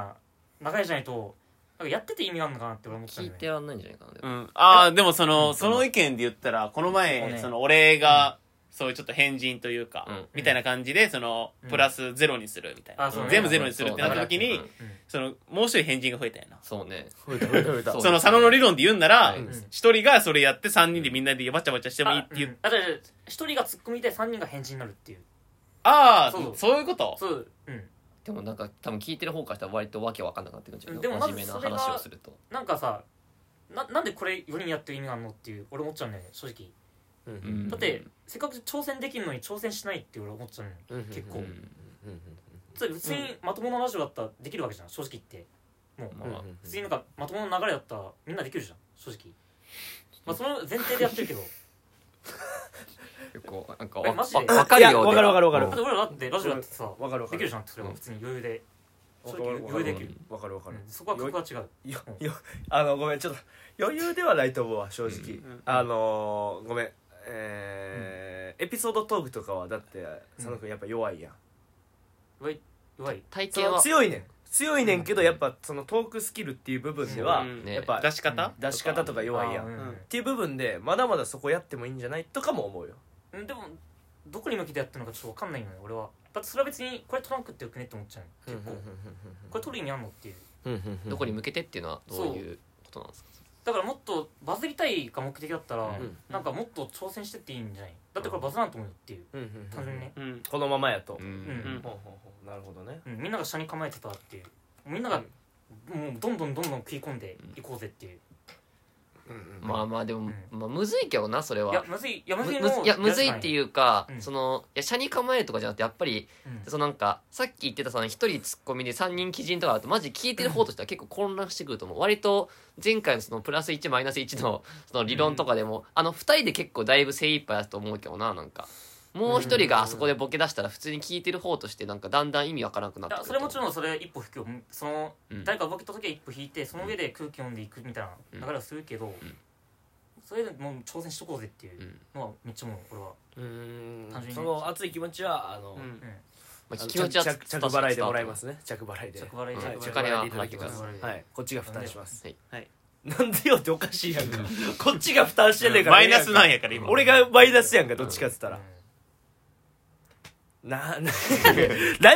S3: な流れじゃないとなんかやってて意味があるのかなって俺思った
S2: 聞
S3: ん
S2: い
S3: だ
S2: て
S3: よね
S2: らんないんじゃないかなで
S4: う
S2: も
S4: ん、ああでもそ
S3: うん
S4: のその意見で言ったらこの
S3: そう
S4: 前
S3: ね
S4: その俺がそういうちょっと変人というか、
S2: うん
S4: みたいな感じでその
S3: うん
S4: プラスゼロにするみたいな、
S3: あそうね
S4: 全部ゼロにするってなった時に、
S2: うん
S4: そのもう一人変人が増えたよな
S2: そうね
S1: 増えた増えた増えた
S2: そう
S4: その佐野の理論で言うんなら
S2: うん
S4: 一、人がそれやって三人でみんなでバチャバチャしてもいいって言う、
S3: あ、うん、あ違う違う一人が突っ込みで3人が返事になるっていう
S4: ああ
S3: そう
S4: そういうこと
S3: そううん
S2: でもなんか多分聞いてる方からしたら割とわけわかんなくなってくるんじゃない
S3: でもまず
S2: 真面目な
S3: それが
S2: 話をすると
S3: なんかさななんでこれ4人やってる意味があるのっていう俺思っちゃうんだよね正直
S1: うんうん
S2: うん
S3: だって、せっかく挑戦できるのに挑戦しないって俺思っちゃうのよ
S1: うんうん
S3: 結
S2: う
S3: 構
S2: ん
S3: それ別にまともなラジオだったらできるわけじゃん正直言ってもう
S2: まあまあ
S1: うん
S3: 普通になんかまともな流れだったらみんなできるじゃん正直まあその前提でやってる けど
S2: 結構なんか
S3: えマジで
S2: わわかるよ
S1: いやわかるわかるわか
S3: だ
S1: る
S3: って俺らだってラジオだってさ
S1: わかるわか
S3: で
S1: る
S3: きるじゃんってそれは普通に余裕で
S1: わ
S3: 正
S1: か
S3: 直
S1: るわか
S3: 余裕
S1: る
S3: できる
S1: わかるわかる
S3: うんそこは
S1: よ
S3: 格が違う
S1: よよあのごめんちょっと余裕ではないと思うわ正直、
S4: うんうん
S1: あのーごめんえーエピソードトークとかはだって佐野君やっぱ弱いやん、
S3: 弱い弱い
S2: 体
S1: そ
S2: 型
S1: の
S2: は
S1: 強いねん強いねんけどやっぱそのトークスキルっていう部分では、
S4: うん
S2: ね
S1: やっぱ
S4: 出し方、
S1: 出し方とか弱いや
S3: あ
S1: んっ
S3: ーうん
S1: ていう部分でまだまだそこやってもいいんじゃないとかも思うよ
S3: うんでもどこに向けてやってるのかちょっと分かんないのよ俺はだってそれは別にこれトランクってよくねって思っちゃうの結構これ取りにあんのっていう
S2: どこに向けてっていうのはどういうことなんですか
S3: だからもっとバズりたいが目的だったら、
S4: うん
S3: なんかもっと挑戦してっていいんじゃないだってこれバズらんと思うよっていう単純にね、
S4: うん
S1: このままやと、
S3: うん
S1: ほうほうほうなるほどね
S3: うんみんなが下に構えてたっていうみんながもうどんどんどんどん食い込んでいこうぜっていう、
S2: まあまあでもまあむずいけどなそれ
S3: いや
S2: は
S3: むずいいやむ
S2: む
S3: ずい
S2: む
S3: の
S2: ずいやむずいって
S3: う、
S2: いうか
S3: うん
S2: そのいや社に構えとかじゃなくてやっぱり
S3: うん
S2: そのなんかさっき言ってたその一人ツッコミで3人基人とかだとマジ聞いてる方としては結構混乱してくると思う割と前回のそのプラス1マイナス1のその理論とかでも、あの2人で結構だいぶ精一杯だと思うけどななんかもう一人があそこでボケ出したら普通に聞いてる方としてなんかだんだん意味わからなくな
S3: い
S2: ってく
S3: や
S2: る
S3: それもち
S2: ん
S3: ろんそれ一歩引くよその、
S2: うん
S3: 誰か動けた時は一歩引いてその上で空気読んでいくみたいな流れはするけど、
S2: ん
S3: それでもう挑戦しとこうぜっていうのはめっちゃもう俺は、
S1: うん
S3: 単純に
S1: その熱い気持ちはあの、
S4: うん
S3: うん、
S2: まあ、
S1: あの
S2: 気持ちは
S1: 着着着払いでもらいますすね着払いで
S3: 着払い
S1: は
S3: で、
S1: い
S2: うん
S1: 着
S3: 着
S2: お金
S1: 払
S2: はい
S1: でいただきます
S3: 払ってください
S1: はいこっちが負担します
S2: はい
S1: なんでよっておかしいやんかこっちが負担してねえから
S4: マイナスなん
S1: や
S4: やから今
S1: 俺がマイナスやんかどっちかっつったらな、な、なん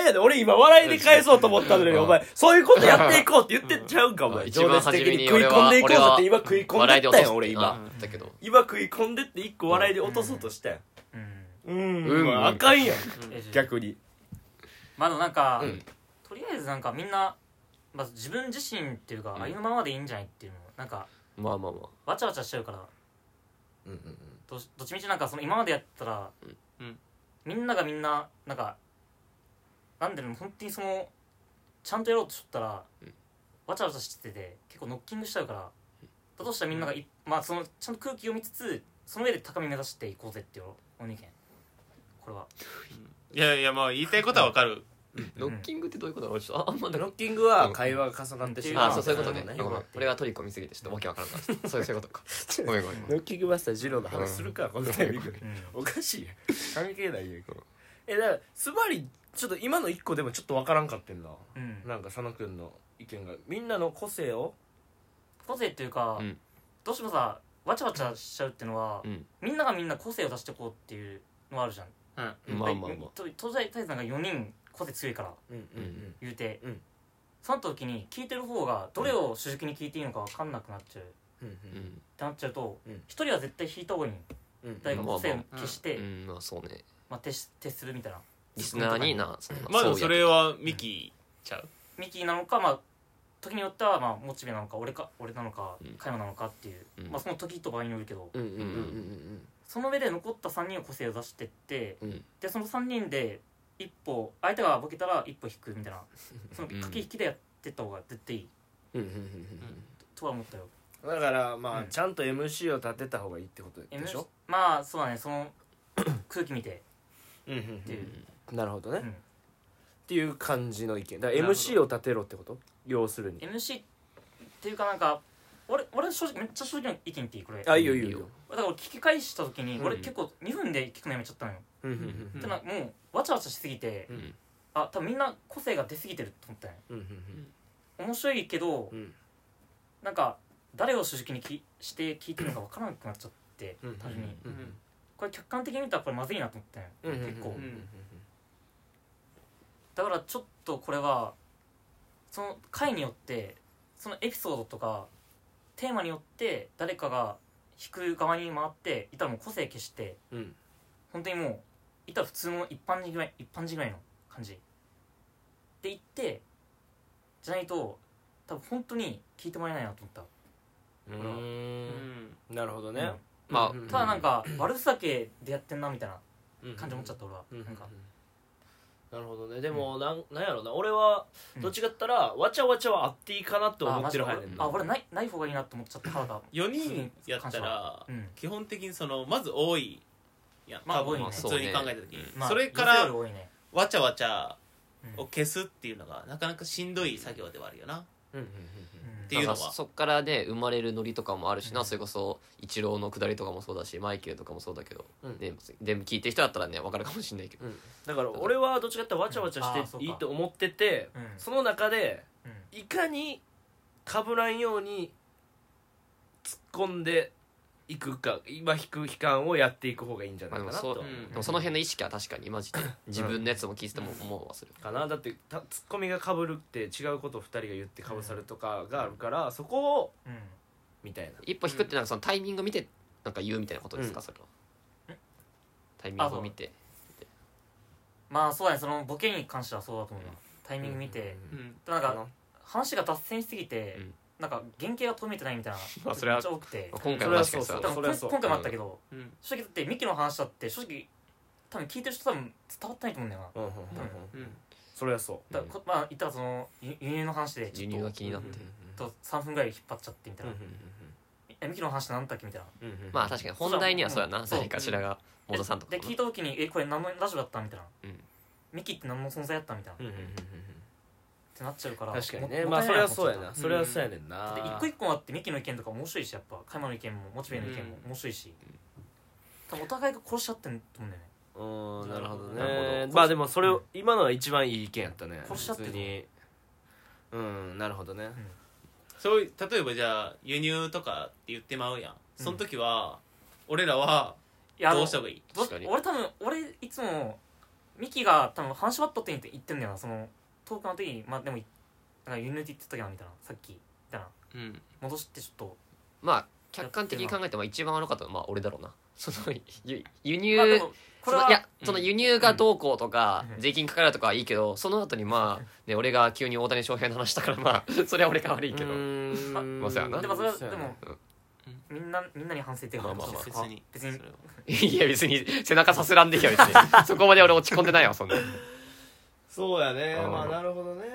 S1: やねん、俺今笑いで返そうと思ったのに、
S2: うん
S1: お前、そういうことやっていこうって言ってんちゃうんか、お前。
S2: 一番初めに
S1: 情
S2: 俺
S1: 熱的食い込ん
S2: は
S1: でいこう
S2: 俺
S1: ぜっ
S2: は
S1: て今食い込んでったやん、俺
S2: 笑い
S1: 今。
S2: で落とすだけど
S1: 今食い込んでって一個笑いで落とそうとしたやん。
S3: うん、
S1: うん
S2: うん
S1: まああかんやん、
S3: うんえじゃあ
S1: 逆に。
S3: まあでもなんか、
S2: うん
S3: とりあえずなんかみんな、まず自分自身っていうか、
S2: うん
S3: ありのままでいいんじゃないっていうのもなんか
S2: まあまあま
S3: わちゃわちゃしちゃうから
S1: うんうん
S3: どしどっちみちなんかその今までやったら、
S4: うんうん
S3: みんながみんななんかなんでも本当にそのちゃんとやろうとしとったら、わちゃわちゃしてて結構ノッキングしちゃうからだとしたらみんながい、まあそのちゃんと空気読みつつその上で高み目指していこうぜっていうお意見これはい
S4: やいやまあ言いたいことはわかる
S2: あロッキングってどういうことだろうちょっとああんま
S1: うん
S2: だ
S1: ロッキングは会話が重なってしま
S2: あ
S1: う。
S2: あそうそういうこと
S3: う
S2: ね
S3: ん
S2: ごめん俺がトリコ見すぎてちょっとわけわからなかったそういうそういう ことかごめんごめんごめ
S1: ロ
S2: ん
S1: ッキングマスター二郎の話するか、このタイミングで
S3: う。ん
S1: おかしいやん。 関係ないやん。え、だから、つまり、ちょっと今の一個でもちょっとわからんかってんな。
S3: うん
S1: なんか佐野くんの意見が。みんなの個性を
S3: 個性っていうか、
S2: うん
S3: どうしてもさわちゃわちゃしちゃうっていうのは、
S2: うん
S3: みんながみんな個性を出してこうっていうのはあるじゃん
S4: うん
S2: まあまあまあ
S3: と東大泰山が4人個性強いから
S1: うん
S2: うんうん
S3: 言うて、
S1: うん
S3: その時に聞いてる方がどれを主軸に聞いていいのか分かんなくなっちゃうっ
S1: うんうん
S2: う
S1: うん
S2: ん
S3: てなっちゃうと
S1: うん
S3: 一、人は絶対引いた方がいいの
S1: うん
S3: 誰か個性を消して、
S2: うんまあそうね
S3: まあ、徹し徹するみたいな
S2: リスナーになそんな
S4: まあでも
S2: そうや
S4: それはミキちゃう
S3: ミキなのかまあ時によってはまあモチベなのか俺か俺なのか
S2: うん
S3: 加山なのかっていう、
S2: うん
S3: まあ、その時と場合によるけど、
S1: うんうんうんうん
S3: その上で残った3人が個性を出してって、
S2: うん
S3: でその3人で一歩相手がボケたら一歩引くみたいなその駆け引きでやってった方が絶対いい
S1: うんうんうん
S3: とは思ったよ
S1: うんだからまあ
S3: うん
S1: ちゃんと MC を立てた方がいいってことでしょ
S3: M まあそうだねその空気見て
S1: うんう
S3: ってい
S1: ん
S3: う、
S1: うんなるほどねっ
S3: うん
S1: ていう感じの意見だか
S4: な
S1: ら
S4: るほど
S1: MC を立てろってこと要するに
S3: MC っていうかなんか俺俺正直めっちゃ正直な意見言っていいこれ
S1: あ
S3: だか
S1: いいよいいよ
S3: ら俺聞き返した時に
S2: うん
S3: 俺結構2分で聞くのやめちゃったのよ、
S1: うんうん
S4: うん
S3: でなもうわちゃわちゃしすぎて、
S2: うん
S3: あ多分みんな個性が出すぎてると思ったのよ
S1: うんうん
S3: 面白いけど
S1: うんうん
S3: なんか誰を主軸にきして聞いてるのか分からなくなっちゃって
S1: うん
S3: 単純に
S1: うん
S3: これ客観的に見たらこれまずいなと思ったのよ、
S1: うんうん
S3: 結構、
S1: うんうん
S3: だからちょっとこれはその回によってそのエピソードとかテーマによって誰かが引く側に回っていたらもう個性消して
S1: うんうん
S3: 本当にもういたら普通の一般人ぐらい一般人ぐらいの感じで行ってじゃないと多分本当に聞いてもらえないなと思った
S1: う
S3: ほら
S4: うんん
S1: なるほどね
S3: うん
S2: まあ
S1: うん
S3: ただなんか悪ふざけでやってんなみたいな感じ持っちゃった俺は
S1: うん
S3: なんか
S1: なるほどねでもなんなんやろな俺はどっちかって言ったらわちゃわちゃはあっていいかなって
S3: あ
S1: 思
S3: マ
S1: って
S3: ジ
S1: る
S3: か
S1: 派やねんな
S3: あ俺ないない方がいいなと思っちゃったからだ
S4: 4人やったら
S3: うん
S4: 基本的にそのまず多いやん
S3: まあ
S4: 多分
S3: 多いね
S4: 普通に考えた時
S2: そうね
S4: に
S3: まあ
S4: それか
S3: 予想よ
S4: ら
S3: り多いね
S4: わちゃわちゃ
S3: うん
S4: を消すっていうのがなかなかしんどい作業ではあるよな
S1: うんうん
S3: って
S4: いうのは
S2: なんかそっからね生まれるノリとかもあるしな、
S3: うん
S2: それこそイチローの下りとかもそうだしマイケルとかもそうだけど、
S1: うんうん
S2: ね、全部聞いてる人だったらね分かるかもしれないけど、
S1: うんだから俺はどっちかって言ったらわちゃわちゃしていいと思ってて
S3: うん
S1: その中で
S3: うん
S1: いかにかぶらんように突っ込んでいくか今引く期間をやっていく方がいいんじゃないかな
S2: まあでも
S1: と
S2: そう
S4: うん
S2: でもその辺の意識は確かにマジで自分のやつも聞いてても思うわする、
S1: かなだってたツッコミがかぶるって違うことを2人が言ってかぶさるとかがあるからそこを
S3: うん
S1: みたいな
S2: 一歩引くってなんかそのタイミング見てなんか言うみたいなことですか、
S1: うん
S2: それはタイミングを見て
S3: まあそうだねそのボケに関してはそうだと思うなタイミング見て
S4: うん
S3: なん
S1: あ
S3: か
S1: の
S3: 話が脱線しすぎて
S2: うん
S3: なんか原型が富めてないみたいな
S2: まあそれは
S3: めっちゃ多くて
S2: まあ今回は確かに
S1: そ
S2: さ
S1: れ
S3: 多
S1: は
S3: 分
S1: うそ
S3: 今今回もあったけど
S4: うん
S3: 正直だってミキの話だって正直多分聞いてる人多分伝わってないと思うんだよな
S1: うんうんうん
S4: うんうん
S1: それはそう
S3: だからこまあ言ったらその輸輸入の話でち
S2: 輸
S3: ょっと
S2: 入が気になって、
S3: と3分ぐらい引っ張っちゃってみたいなえミキの話なんだっけみたいな
S2: まあ確かに本題にはそうやな
S3: うん
S2: 誰かしらが
S3: で
S2: 元さんとか
S3: で
S2: も
S3: 聞いた時にえこれ何のラジオだったみたいな
S2: うん
S3: ミキって何の存在だったみたいなっ
S1: に
S3: てなっちゃうから
S1: 確かに
S3: も
S1: ね
S3: も
S1: まあ
S3: った
S1: そ
S3: いい
S1: れ
S3: な
S1: は
S3: と
S1: そうや
S3: 思っちゃった
S1: なそれはそうやねんな
S3: で一個一個あってミキの意見とか面白いしやっぱカイマの意見もモチベの意見も面白いし、多分お互いが殺しちゃってると思うんだよね
S1: うんなるほど
S2: なる
S1: ね
S2: ほ
S1: まあでもそれを今のは一番いい意見やったね
S3: こっしゃってる
S1: 普通にうんなるほどね
S4: そういう例えばじゃあ輸入とかって言ってまうやんその時は俺らはい
S3: やあの
S4: どうした方がいい
S3: ど
S2: 確かに
S3: 俺多分俺いつもミキが多分話し終わったって言って言ってんだよなそのトークの時にまあでもなんかユニティって言ってたけどなみたいなさっきみたいな
S4: うん
S3: 戻してちょっと
S2: まあ客観的に考えても一番悪かったのはまあ俺だろうな そのゆ輸入、
S3: まあでもこれ
S2: そのいや
S3: は
S2: その輸入がどうこうとか、
S3: うん
S2: 税金かかるとかはいいけどその後にまあ、ね、俺が急に大谷翔平の話したからまあ それは俺が悪いけど、
S1: うん
S2: まあそうやな
S3: でもそれは
S1: う
S3: で
S1: やな
S3: も、みんなみんなに反省っていうか、
S2: まあまあま
S3: そ
S2: あ
S3: う
S4: 別
S3: そう
S4: に
S3: 別に
S4: それはい
S2: や別に背中さすらんでいいよ別にそこまで俺落ち込んでないわそんな
S1: そうやね
S2: うん
S1: まあなるほどね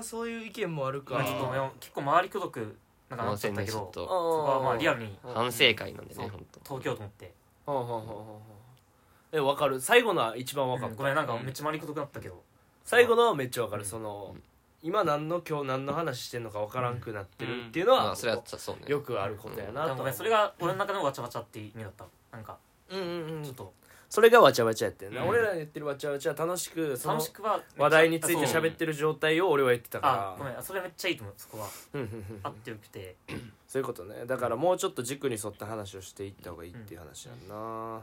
S1: そういう意見もある
S3: ま
S1: か
S3: あちょっとでも結構周りくどくなんかなっちゃったけ
S2: ちょっ
S3: どそ
S2: と
S3: こはまあリアルに
S2: 反省会なんで
S3: そ
S2: ね
S3: う
S2: 本当
S3: 東京と思って
S1: ほうほうほうほうほうえわかる最後のは一番わか
S3: う
S1: る
S3: んごめんなんかめっちゃ周りくどくなったけど、
S1: 最後のはめっちゃわかる
S3: うん
S1: その今何の今日何の話してんのかわからんくなってるっていうの
S2: ま
S1: は
S2: あそれはそうね
S1: よくあることやな
S3: で
S1: と
S3: もご
S1: 思
S3: め
S1: うん
S3: それが俺の中のわちゃわちゃっていう意味だったなんか
S1: うんうんうん
S3: ちょっと
S1: それがわちゃわちゃやってんな、
S4: うん
S1: 俺らの言ってるわちゃわちゃは楽しくその
S3: 楽しくは
S1: 話題について
S3: そう
S1: 喋ってる状態を俺は言ってた
S3: あ
S1: か
S3: ご
S1: ら
S3: めんそれめっちゃいいと思うそこは
S1: うんうんうん
S3: あってよくて
S1: そういうことねだからもうちょっと軸に沿った話をしていった方がいいっていう話やんな、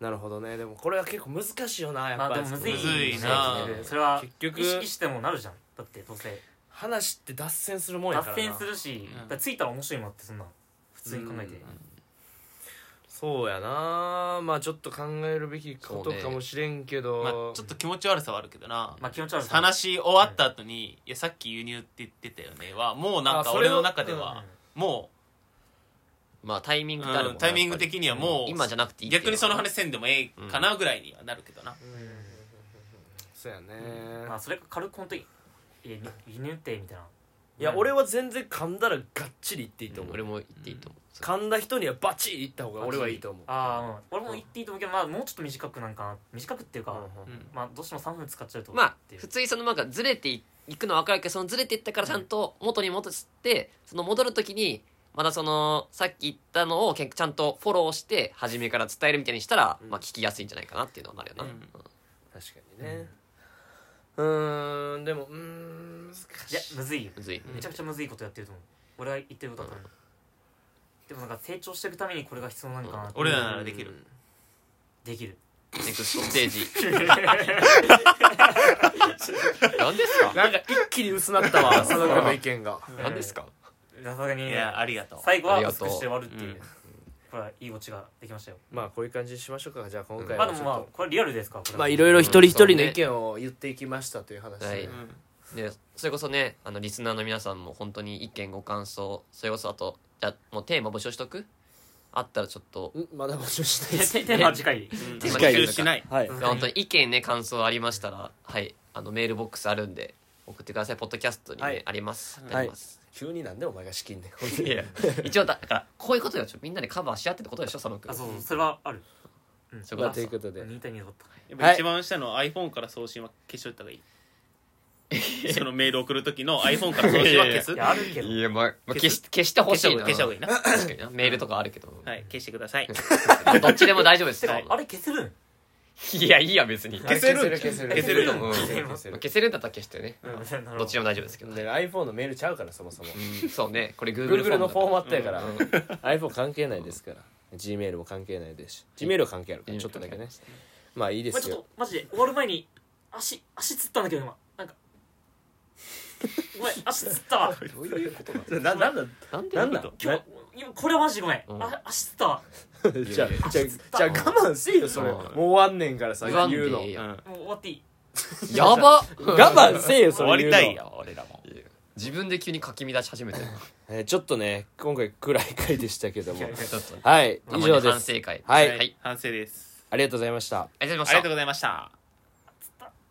S1: なるほどねでもこれは結構難しいよなやっぱ
S3: まあ
S1: り、
S3: でもむずい
S4: むずいな
S3: それは
S1: 結
S3: 結
S1: 局
S3: 局意識してもなるじゃんだってどうせ
S1: 話って脱線するもんやから
S3: 脱
S1: な
S3: 線するし
S4: うん
S3: だからついたら面白いもんだってそんなの普通に考えて
S1: うんそうやなまあちょっと考えるべきこと
S2: そうね
S1: かもしれんけど、
S4: まあちょっと気持ち悪さはあるけどな
S3: まあ気持ち悪い
S4: 話し終わった後に「いやさっき輸入って言ってたよね」はもうなん
S1: あ
S4: か
S1: それ
S4: 俺
S1: を
S4: の中で
S3: うん
S4: はも
S2: まあタイミン
S4: う
S2: グってあるもん
S4: う
S2: なん
S4: タイミング的にはもう
S2: 今じゃなくていいっていう
S4: 逆にその話せんでもええかなぐらいにはなるけどな
S1: そうやね、
S3: まあそれが軽く本当にいや輸入ってみたいない
S1: や俺は全然噛んだらがっちりいっていいと
S2: うん
S1: 思う、
S2: 俺も言っていいと思う、
S1: 噛んだ人にはバチリいった方が俺はいいと思う
S3: ああ俺も言っていいと思うけどまあもうちょっと短くなんかな短くっていうか、
S1: うん
S4: うん
S3: まあどうしても3分使っちゃうと
S2: まあ
S3: っていう
S2: 普通にそのなんかずれていくのは分かるけどそのずれていったからちゃんと元に戻してその戻る時にまたそのさっき言ったのをけちゃんとフォローして初めから伝えるみたいにしたら、
S1: うん
S2: まあ聞きやすいんじゃないかなっていうのはあるよな、
S4: うん
S1: 確かにねうーんでもうーん難し
S3: いやむずいよ
S2: むずい、
S3: めちゃくちゃむずいことやってると思う俺が言ってることだと思う、でもなんか成長していくためにこれが必要なのかなって、
S4: 俺らならできる
S3: できる
S2: ネクストス テージ何ですか
S1: なんか一気に薄なったわ その子の意見が
S2: 何ですか
S3: さすがに
S4: いやありがとう
S3: 最後
S2: あ
S3: は
S2: りが
S3: 薄
S2: とう
S3: くして終わるってい
S4: う
S3: う、
S4: ん
S3: これはいいオチができましたよ
S1: まあこういう感じにしましょうかじゃあ今回
S3: まあ
S1: は
S3: で
S1: ちょっ
S3: も
S1: と、
S3: まあこれリアルですからこれ
S1: まあい
S3: い
S1: ろいろ一人一人の意
S2: そ
S1: 見を言っていきましたという話で、
S2: はいでそれこそねあのリスナーの皆さんも本当に意見ご感想それこそあとじゃあもうテーマ募集しとくあったらちょっと
S1: うんまだ募集してないです
S3: テーマは 次回
S4: うん
S2: 次
S4: 募
S2: 回
S4: 集しない
S1: はい
S2: 本当に意見ね感想ありましたらはいあのメールボックスあるんで送ってくださいポッドキャストに、ね
S1: はい
S2: あります
S4: はい
S2: あります、
S1: 急になんでお前が資金で
S2: いや 一応だだからこういうことよちょみんなでカバーし合ってってことでしょ佐野君
S3: あそうそうそれはある
S2: そういう
S1: ま
S2: こ
S1: あと
S2: とだ
S1: いうことで
S3: 2対2だった
S4: やっぱ一番下の iPhone から送信は消しといた方がいいそのメール送る時の iPhone から送信は消す
S3: いやあるけど
S2: いやまあ、まあ、消し消してほ
S4: 消
S2: し
S4: した
S2: い
S4: 方
S2: な
S4: が消した方がいいなは
S2: 確かになメールとかあるけど、
S4: い消してください
S2: どっちでも大丈夫です
S3: て
S2: よ
S3: かあれ消せるん
S2: いやいいや別に
S4: 消せる
S1: 消せる
S4: 消せる
S1: と思う
S2: 消
S3: せる
S1: 消せる
S2: 消せるんだったら消してねど
S3: ど
S2: っちでも大丈夫ですけど、
S1: で iPhone のメールちゃうからそもそも
S2: うんそうねこれ Google
S1: Google のフォーマ
S2: ッ
S1: ットやから、iPhone 関係ないですから Gmail も関係ないですし Gmail は関係あるからちょっとだけねまあいいで
S3: まあ
S1: す
S3: ちょっ
S1: よ
S3: とマジで終わる前に足足つったんだけど今なんかごめん足つったわ
S1: どういうことななんだ
S2: なんで
S1: なん
S2: だ
S1: だ
S3: 今日今これはマジでごめん、
S2: うん
S3: あ足つったわ
S1: じゃあじゃあじゃあ我慢せえよそれ
S2: うん
S1: もう終わんねんからさ
S2: 言わん
S1: 言う
S2: で
S1: の
S2: いいやん
S4: うん
S3: もう終わって いい
S2: やば
S1: 我慢せえよそ
S4: 終
S1: れ
S4: わりた
S1: 言う
S4: い
S1: の
S4: や俺らも
S2: 自分で急にかき乱し始めてる
S1: えーちょっとね今回暗い回でしたけども
S3: いやいや
S2: ちょっと
S1: はい以
S2: 以
S1: 上
S2: 上
S1: で
S2: 反
S1: す
S2: 省会
S1: はい
S2: はい
S4: 反省です
S1: ありがとうございました
S2: ありがとうございまし
S4: あり
S2: た
S4: がとうございました